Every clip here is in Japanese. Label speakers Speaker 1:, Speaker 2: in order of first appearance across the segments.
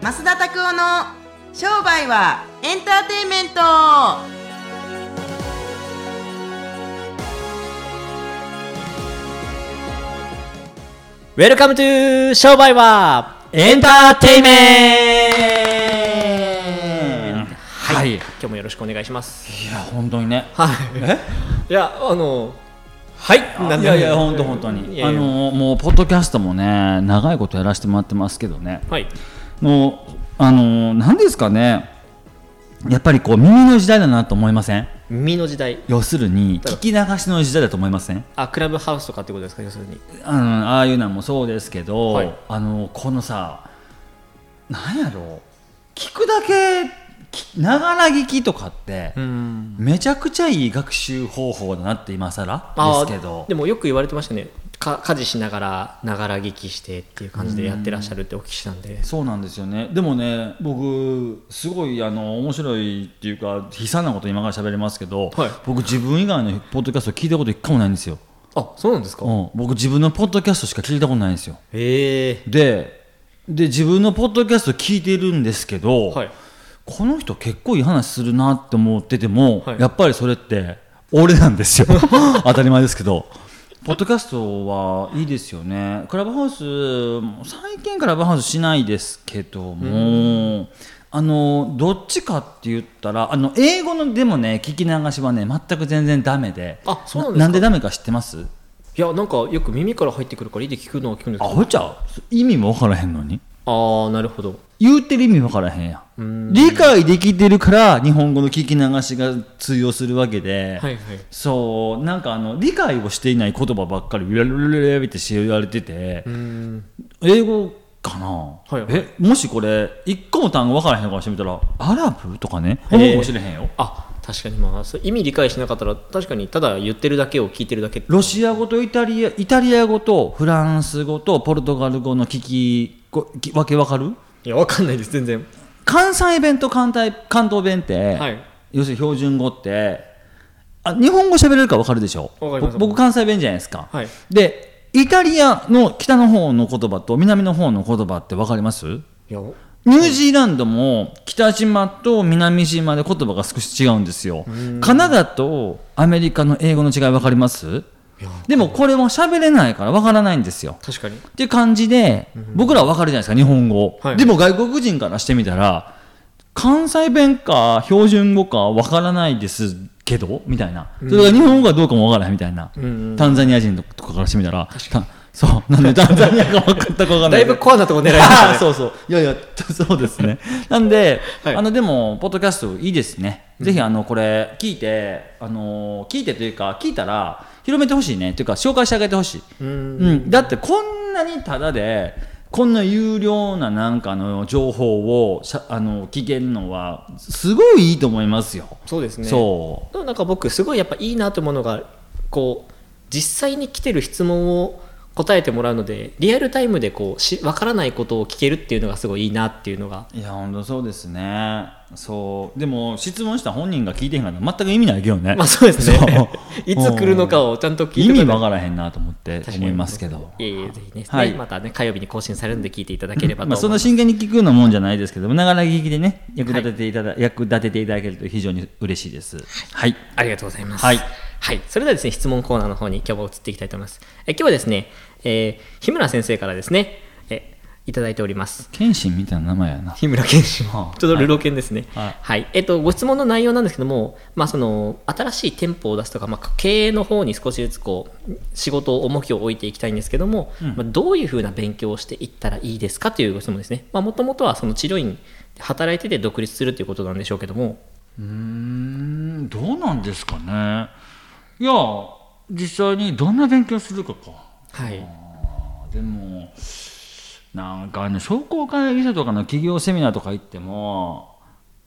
Speaker 1: 増田拓夫の商売はエンターテインメント
Speaker 2: ウェルカムトゥー商売はエンターテイメントはい、
Speaker 3: はい
Speaker 2: 今日もよろしくお願いします。
Speaker 3: いや本当にね
Speaker 2: はい。
Speaker 3: え
Speaker 2: いや、あの、はい、なん
Speaker 3: い
Speaker 2: で
Speaker 3: やいや本当本当に
Speaker 2: いやいや
Speaker 3: あのもうポッドキャストもね長いことやらせてもらってますけどね
Speaker 2: はい。
Speaker 3: もうあの何ですかねやっぱりこう耳の時代だなと思いません
Speaker 2: 耳の時代。
Speaker 3: 要するに聞き流しの時代だと思いません
Speaker 2: あ、クラブハウスとかってことですか、要するに。
Speaker 3: あのああいうのもそうですけど、
Speaker 2: はい
Speaker 3: あのこのさなんやろう聞くだけきながら聞きとかって、
Speaker 2: ん。
Speaker 3: めちゃくちゃいい学習方法だなって今更
Speaker 2: あ
Speaker 3: ですけど
Speaker 2: でもよく言われてましたねか家事しながらながら聞きしてっていう感じでやってらっしゃるってお聞きしたんで
Speaker 3: そうなんですよねでもね僕すごいあの面白いっていうか悲惨なこと今から喋れますけど、
Speaker 2: はい
Speaker 3: 僕自分以外のポッドキャスト聞いたこと一回もないんですよ、
Speaker 2: あそうなんですか
Speaker 3: うん、僕自分のポッドキャストしか聞いたことないんですよ
Speaker 2: へえ
Speaker 3: でで自分のポッドキャスト聞いてるんですけど、
Speaker 2: はい
Speaker 3: この人結構いい話するなって思ってても、
Speaker 2: はい
Speaker 3: やっぱりそれって俺なんですよ 当たり前ですけどポッドキャストはいいですよねクラブハウスも最近クラブハウスしないですけども、あのどっちかって言ったらあの英語のでもね聞き流しはね全く全然ダメで
Speaker 2: あそうなんですか
Speaker 3: なんでダメか知ってます
Speaker 2: いやなんかよく耳から入ってくるからいいで聞くのは聞くんです
Speaker 3: あ
Speaker 2: けど
Speaker 3: ほいちゃう意味も分からへんのに
Speaker 2: ああなるほど
Speaker 3: 言うてる意味分からへんや
Speaker 2: うんん
Speaker 3: 理解できてるから日本語の聞き流しが通用するわけで、
Speaker 2: はいはい
Speaker 3: そうなんかあの理解をしていない言葉ばっかりウラルルルルって言われてて
Speaker 2: うーん
Speaker 3: 英語かな、
Speaker 2: はいはい
Speaker 3: えもしこれ一個も単語分からへんからしてみたらアラブとかね
Speaker 2: へー
Speaker 3: 思うかもしれへんよ
Speaker 2: あ確かにまあそう意味理解しなかったら確かにただ言ってるだけを聞いてるだけ
Speaker 3: ロシア語とイタリアイタリア語とフランス語とポルトガル語の聞きこきわけわかる
Speaker 2: いやわかんないです全然
Speaker 3: 関西弁と関西関東弁って、
Speaker 2: はい
Speaker 3: 要するに標準語ってあ日本語喋れるか分かるでしょ
Speaker 2: わかります
Speaker 3: ぼ僕関西弁じゃないですか、
Speaker 2: はい
Speaker 3: でイタリアの北の方の言葉と南の方の言葉って分かります
Speaker 2: いや
Speaker 3: ニュージーランドも北島と南島で言葉が少し違うんですよカナダとアメリカの英語の違い分かりますでもこれも喋れないから分からないんですよ
Speaker 2: 確かに
Speaker 3: っていう感じで、僕らは分かるじゃないですか日本語、
Speaker 2: はい
Speaker 3: でも外国人からしてみたら関西弁か標準語か分からないですけどみたいなそれが日本語かどうかも分からないみたいな、
Speaker 2: ん
Speaker 3: タンザニア人とかからしてみたらたそうなんでタンザニアが分かったか分かんな
Speaker 2: だ
Speaker 3: い
Speaker 2: い
Speaker 3: けど
Speaker 2: ぶコアなとこ狙いました
Speaker 3: あ
Speaker 2: ね
Speaker 3: ーそうそういやいやそうですねなんで、
Speaker 2: はい
Speaker 3: あのでもポッドキャストいいですね、ぜひあのこれ聞いてあの聞いてというか聞いたら広めてほしいねというか紹介してあげてほしい、
Speaker 2: うーん
Speaker 3: うん、だってこんなにタダでこんな有料ななんかの情報をしゃあの聞けるのはすごいいいと思いますよ。
Speaker 2: そうですね
Speaker 3: そ
Speaker 2: でもなんか僕すごいやっぱいいなと思うのがこう実際に来てる質問を答えてもらうのでリアルタイムでこうし分からないことを聞けるっていうのがすごいいいなっていうのが
Speaker 3: ういや本当そうですねそうでも質問した本人が聞いてへんから全く意味ないけどね、
Speaker 2: まあそうですね
Speaker 3: そう
Speaker 2: いつ来るのかをちゃんと聞い
Speaker 3: 意
Speaker 2: て
Speaker 3: 味
Speaker 2: もら
Speaker 3: わ
Speaker 2: う
Speaker 3: からへんなと思って
Speaker 2: 確かに
Speaker 3: 思いますけど
Speaker 2: いえいえぜひね、
Speaker 3: はい
Speaker 2: ねまたね火曜日に更新されるんで聞いていただければと
Speaker 3: まあ、
Speaker 2: 思
Speaker 3: そ
Speaker 2: い
Speaker 3: ん
Speaker 2: ま
Speaker 3: な
Speaker 2: す、
Speaker 3: 真剣に聞くようなもんじゃないですけどもながら聞きでね役立てていただ、役立てていただけると非常に嬉しいですはい
Speaker 2: ありがとうございます。
Speaker 3: はい
Speaker 2: はいそれではですね、質問コーナーの方に今日も移っていきたいと思います。え今日はですね、えー日村先生からですね、えいただいております。
Speaker 3: 謙信みたいな名前やな
Speaker 2: 日村健志
Speaker 3: は
Speaker 2: も
Speaker 3: あ
Speaker 2: ちょっとルロケンですね、
Speaker 3: は
Speaker 2: はいいえっと、ご質問の内容なんですけども、まあ、その新しい店舗を出すとか、まあ、経営の方に少しずつこう仕事を重きを置いていきたいんですけども、まあ、どういうふうな勉強をしていったらいいですかというご質問ですねもともとはその治療院で働いてて独立するということなんでしょうけども
Speaker 3: うーんどうなんですかねいや実際にどんな勉強するかか
Speaker 2: はい
Speaker 3: あーでもなんかね商工会議所とかの企業セミナーとか行っても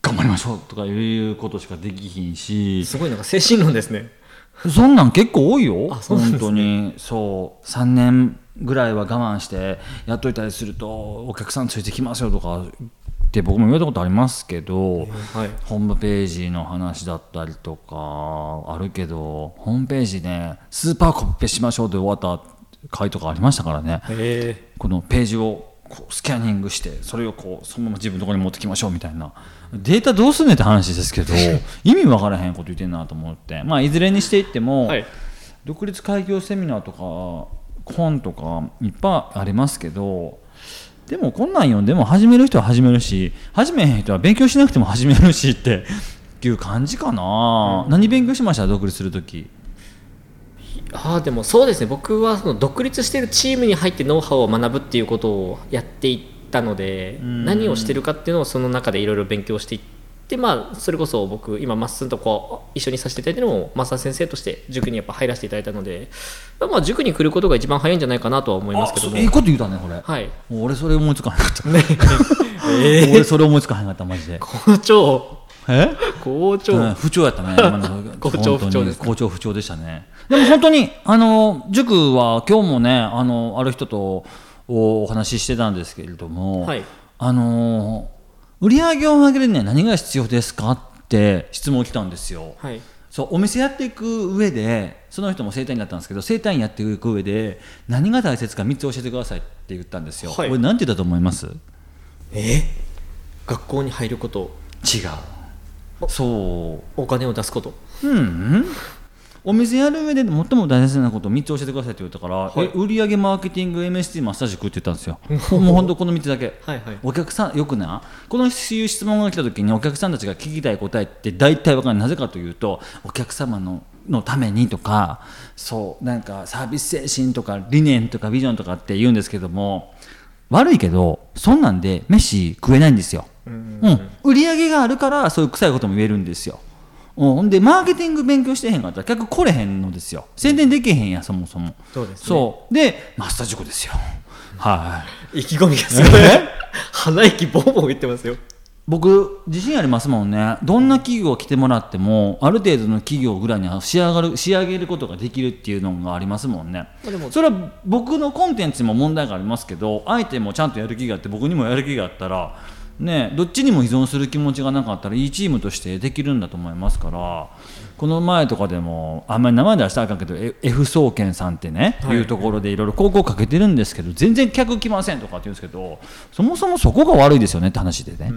Speaker 3: 頑張りましょうとかいうことしかできひんし
Speaker 2: すごいなんか精神論ですね
Speaker 3: そんなん結構多いよ、
Speaker 2: あそうなん
Speaker 3: 本
Speaker 2: ですね
Speaker 3: 当にそう3年ぐらいは我慢してやっといたりするとお客さんついてきますよとかって僕も言われたことありますけど、
Speaker 2: はい
Speaker 3: ホームページの話だったりとかあるけどホームページねスーパーコピペしましょうで終わった回とかありましたからね
Speaker 2: へえ
Speaker 3: このページをこうスキャニングしてそれをこうそのまま自分のところに持ってきましょうみたいなデータどうすんねんって話です けど意味わからへんこと言ってんなと思って、まあ、いずれにしていっても、
Speaker 2: はい
Speaker 3: 独立開業セミナーとか本とかいっぱいありますけどでもこんなん読んでも始める人は始めるし始めへん人は勉強しなくても始めるしってっていう感じかな、何勉強しました独立する時
Speaker 2: ああでもそうですね僕はその独立してるチームに入ってノウハウを学ぶっていうことをやっていったので
Speaker 3: ん
Speaker 2: 何をしてるかっていうのをその中でいろいろ勉強していってまあそれこそ僕今まっすんとこう一緒にさせていただいてるのもマスター先生として塾にやっぱ入らせていただいたのでまあ塾に来ることが一番早いんじゃないかなとは思いますけど
Speaker 3: そ
Speaker 2: も
Speaker 3: ういいこと言うたねこれ、
Speaker 2: はい
Speaker 3: もう俺それ思いつかへんかった、俺それ思いつかへんかったマジで
Speaker 2: 校長
Speaker 3: え
Speaker 2: 校長、
Speaker 3: うん不調 やったね今の
Speaker 2: 校長不調です
Speaker 3: 本当に校長不調でしたねでも本当にあの塾は今日もねあのある人とおお話ししてたんですけれども、
Speaker 2: はい
Speaker 3: あの売り上げを上げるには何が必要ですかって質問来たんですよ、
Speaker 2: はい
Speaker 3: そうお店やっていく上でその人も整体院だったんですけど整体院やっていく上で何が大切か3つ教えてくださいって言ったんですよ、
Speaker 2: はい
Speaker 3: これなんて言ったと思います違う
Speaker 2: え学校に入ること
Speaker 3: そう
Speaker 2: お金を出すこと
Speaker 3: うんうんお店やる上で最も大切なことを3つ教えてくださいって言ったから、
Speaker 2: い
Speaker 3: え売上マーケティング MST マッサージ食って言ったんですよもうほんとこの3つだけ
Speaker 2: はいはい
Speaker 3: お客さんよくなこの質問が来た時にお客さんたちが聞きたい答えって大体わかるなぜかというとお客様ののためにとかそうなんかサービス精神とか理念とかビジョンとかって言うんですけども悪いけどそんなんで飯食えないんですよ、うん、売り上げがあるからそういう臭いことも言えるんですようんほんでマーケティング勉強してへんかったら客来れへんのですよ宣伝できへんやそもそも
Speaker 2: そうですね
Speaker 3: そうでマスター塾ですよはい
Speaker 2: 意気込みがすごい
Speaker 3: え
Speaker 2: 鼻息ボンボン言ってますよ
Speaker 3: 僕自信ありますもんねどんな企業来てもらってもある程度の企業ぐらいには仕上がる仕上げることができるっていうのがありますもんね
Speaker 2: あでも
Speaker 3: それは僕のコンテンツにも問題がありますけど相手もちゃんとやる気があって僕にもやる気があったらねどっちにも依存する気持ちがなかったらいいチームとしてできるんだと思いますからこの前とかでもあんまり名前出したらあかんけど F- F 総研さんってね、い、うところでいろいろ広告かけてるんですけど全然客来ませんとかって言うんですけどそもそもそこが悪いですよねって話でね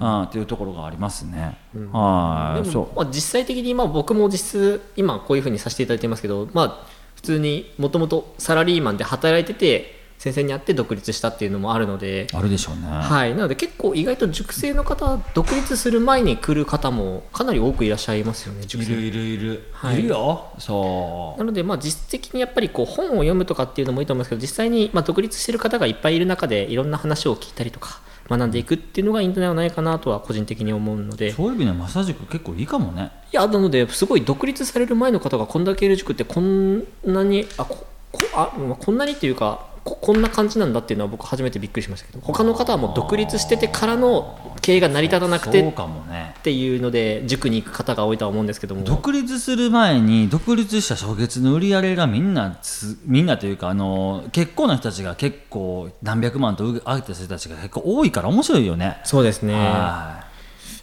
Speaker 3: あーっていうところがありますね。は
Speaker 2: で
Speaker 3: い
Speaker 2: も
Speaker 3: そう
Speaker 2: まあ、実際的に、まあ、僕も実質今こういうふうにさせていただいてますけど、まあ、普通にもともとサラリーマンで働いてて先生に会って独立したっていうのもあるので、
Speaker 3: あるでしょうね。
Speaker 2: はい、なので結構意外と塾生の方独立する前に来る方もかなり多くいらっしゃいますよね塾
Speaker 3: い
Speaker 2: 生
Speaker 3: るいるいる、
Speaker 2: はい
Speaker 3: い、るよそう
Speaker 2: なので、まあ、実質的にやっぱりこう本を読むとかっていうのもいいと思うんですけど実際にまあ独立してる方がいっぱいいる中でいろんな話を聞いたりとか学んでいくっていうのがいいんじゃないかなとは個人的に思うので
Speaker 3: そういう意味ではマッサージ塾結構いいかもね
Speaker 2: いやなのですごい独立される前の方がこんだけいる塾ってこんなにあここあまあこんなにっていうかここんな感じなんだっていうのは僕初めてびっくりしましたけど他の方はもう独立しててからの経営が成り立たなく
Speaker 3: そ
Speaker 2: て
Speaker 3: う
Speaker 2: っ
Speaker 3: かもね
Speaker 2: ていうので塾に行く方が多いとは思うんですけども
Speaker 3: 独立する前に独立した初月の売り上げがみんなつみんなというかあの結構な人たちが結構何百万と上げた人たちが結構多いから面白いよね、
Speaker 2: そうですねや
Speaker 3: は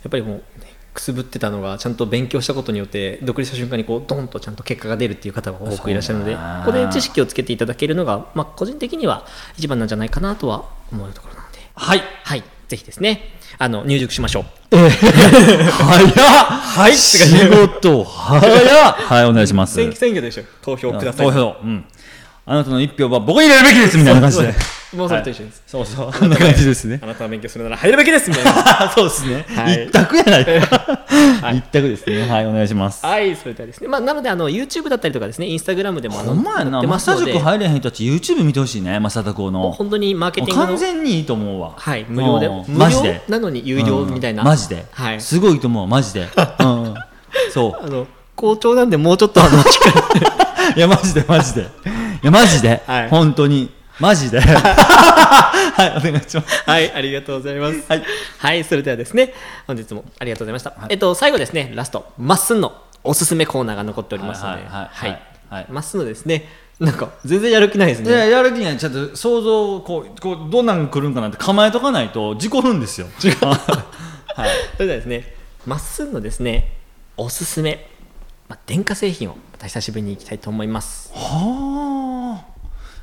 Speaker 2: っぱりもうくすぶってたのがちゃんと勉強したことによって独立した瞬間にこうドンとちゃんと結果が出るっていう方が多くいらっしゃるので
Speaker 3: そうだな
Speaker 2: ここで知識をつけていただけるのが、まあ、個人的には一番なんじゃないかなとは思うところなので。
Speaker 3: はい
Speaker 2: はい、ぜひですね、あの入塾しましょう。
Speaker 3: 早っはい仕事早っはいお願いします
Speaker 2: 選挙でしょ、投票
Speaker 3: 投票うんあなたの一票は僕に入れるべきですみたいな感じで
Speaker 2: もうそれと一緒です。
Speaker 3: そうそうこんな感じですね
Speaker 2: あなたは勉強するなら入るべきですみたいな。
Speaker 3: あ そうですね、
Speaker 2: はい
Speaker 3: 一択やないか、一択ですねはいお願いします
Speaker 2: はい、それではですね、まあ、なのであの YouTube だったりとかですね、Instagram でもあの
Speaker 3: ほんまや
Speaker 2: やっ
Speaker 3: な
Speaker 2: て
Speaker 3: マ
Speaker 2: ま
Speaker 3: ッ
Speaker 2: す
Speaker 3: サ
Speaker 2: の
Speaker 3: ージ
Speaker 2: で
Speaker 3: 塾入れへん人たち YouTube 見てほしいねマサタ校の
Speaker 2: もう本当にマーケ
Speaker 3: もう
Speaker 2: ティング
Speaker 3: 完
Speaker 2: の。
Speaker 3: 全にいいと思うわ
Speaker 2: はい、無料で、
Speaker 3: うん
Speaker 2: 無
Speaker 3: マジ
Speaker 2: 料
Speaker 3: で
Speaker 2: なのに有料みたいな、
Speaker 3: うんマジで、
Speaker 2: はい、
Speaker 3: すごいと思うわマ ジで、うん、そう
Speaker 2: あの校長なんでもうちょっ とあのしっかり
Speaker 3: いやマジでマジでいやマジで、
Speaker 2: はい
Speaker 3: 本当に マジではいお願いします
Speaker 2: はい、ありがとうございます。はい、それではですね、本日もありがとうございました。えっと最後ですね、ラストまっすんのおすすめコーナーが残っておりますので、
Speaker 3: はいはいはいはい
Speaker 2: まっすんのですね、なんか全然やる気ないです
Speaker 3: いや
Speaker 2: ね。
Speaker 3: やる気にはちょっと想像をこうこうどんなん来るんかなって構えとかないと事故るんで すよ違うはい
Speaker 2: それではですね、まっすんのですね、おすすめ、まあ、電化製品をまた久しぶりに行きたいと思います。
Speaker 3: は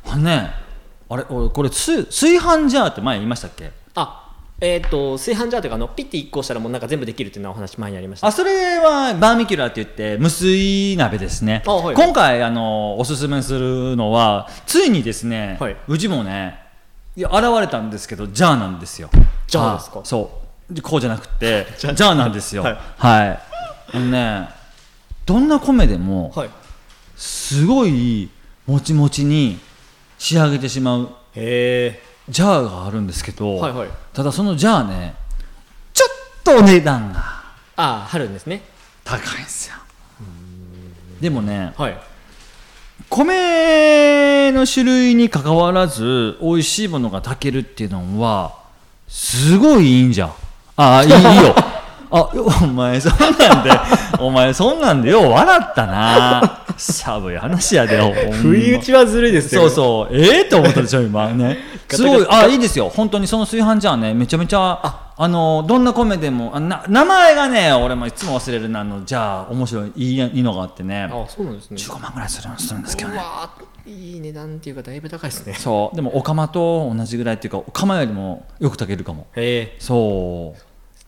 Speaker 3: ああねあれ俺これす炊飯ジャーって前言いましたっけ
Speaker 2: あえっ、と炊飯ジャーというかあのピッて1個押したらもうなんか全部できるっていうのはお話前にありました
Speaker 3: あそれはバーミキュラーって言って無水鍋ですね、
Speaker 2: あはい
Speaker 3: 今回あのおすすめするのはついにですね、
Speaker 2: はいう
Speaker 3: ちもねいや現れたんですけどジャーなんですよ
Speaker 2: ジャーですか
Speaker 3: はいそうでこうじゃなく てジャーなんですよはい、あのねどんな米でも
Speaker 2: はい
Speaker 3: すごいもちもちに仕上げてしまう
Speaker 2: へ
Speaker 3: ジャーがあるんですけど、
Speaker 2: はいはい
Speaker 3: ただそのジャーねちょっとお値段が
Speaker 2: あああるんですね
Speaker 3: 高いんですよでもね
Speaker 2: はい
Speaker 3: 米の種類にかかわらず美味しいものが炊けるっていうのはすごいいいんじゃんあいいいいよあお前そんなんでお前そんなんでよう笑ったな寒い話やでよほんま
Speaker 2: 不意打ちはずるいですよ
Speaker 3: そうそうええと思ったでしょ今 ねすごいあいいですよ本当にその炊飯ジャーねめちゃめちゃあのどんな米でもあな名前がね俺もいつも忘れるなあのじゃあ面白いいいいいのがあってね
Speaker 2: あそうなんですね
Speaker 3: 15万ぐらいするするんですけど
Speaker 2: う
Speaker 3: ね
Speaker 2: わーいい値段っていうかだいぶ高いですね
Speaker 3: そうでもお釜と同じぐらいっていうかお釜よりもよく炊けるかも
Speaker 2: へえ
Speaker 3: そう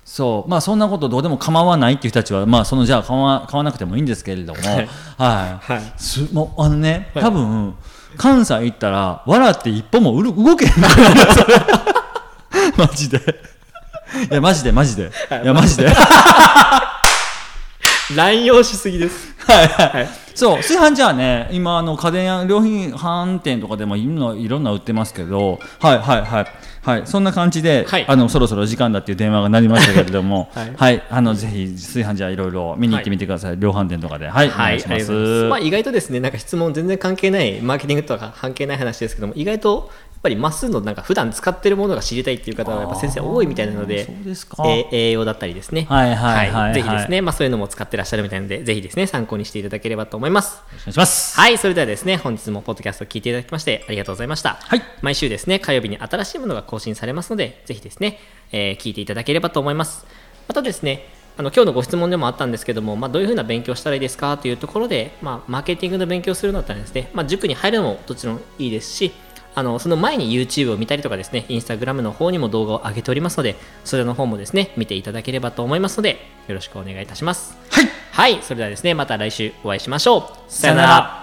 Speaker 3: そうまあそんなことどうでも構わないっていう人たちはまあそのじゃあ買わ買わなくてもいいんですけれどもはいい、
Speaker 2: はい
Speaker 3: すもうあのね
Speaker 2: はい
Speaker 3: 多分、関西行ったら笑って一歩もうる動けへんから それマジでいやマジでマジで、い、やマジでは
Speaker 2: 乱用しすぎです
Speaker 3: いはいそう炊飯ジャーね今あの家電や料品販店とかでもいろんないろんな売ってますけどはいはいはいはいそんな感じで、
Speaker 2: はい
Speaker 3: あのそろそろ時間だっていう電話が鳴りましたけれども
Speaker 2: はい
Speaker 3: あのぜひ炊飯ジャーいろいろ見に行ってみてください、量販店とかではい、
Speaker 2: は
Speaker 3: お願い
Speaker 2: い
Speaker 3: し
Speaker 2: ありが
Speaker 3: ま
Speaker 2: と
Speaker 3: す
Speaker 2: うございますまあ意外とですねなんか質問全然関係ないマーケティングとか関係ない話ですけども意外とやっぱりまっすーのなんか普段使ってるものが知りたいっていう方はやっぱ先生多いみたいなの
Speaker 3: あ
Speaker 2: で
Speaker 3: ーそうですか
Speaker 2: え栄養だったりですね
Speaker 3: はいはいはいはい
Speaker 2: ぜひですねまあそういうのも使ってらっしゃるみたいなのでぜひですね参考にしていただければと思います
Speaker 3: お願いします
Speaker 2: はい、それではですね、本日もポッドキャストを聞いていただきまして、ありがとうございました。
Speaker 3: はい
Speaker 2: 毎週ですね、火曜日に新しいものが更新されますので、ぜひですね、えー聞いていただければと思います。またですね、あの今日のご質問でもあったんですけども、まあ、どういうふうな勉強したらいいですかというところで、まあ、マーケティングの勉強するのだったらですね、まあ、塾に入るのももちろんいいですし、あのその前に YouTube を見たりとかですね、Instagram の方にも動画を上げておりますので、それの方もですね、見ていただければと思いますので、よろしくお願いいたします。はい、それではですね、また来週お会いしましょう。さよな
Speaker 3: さよな
Speaker 2: ら
Speaker 3: ら。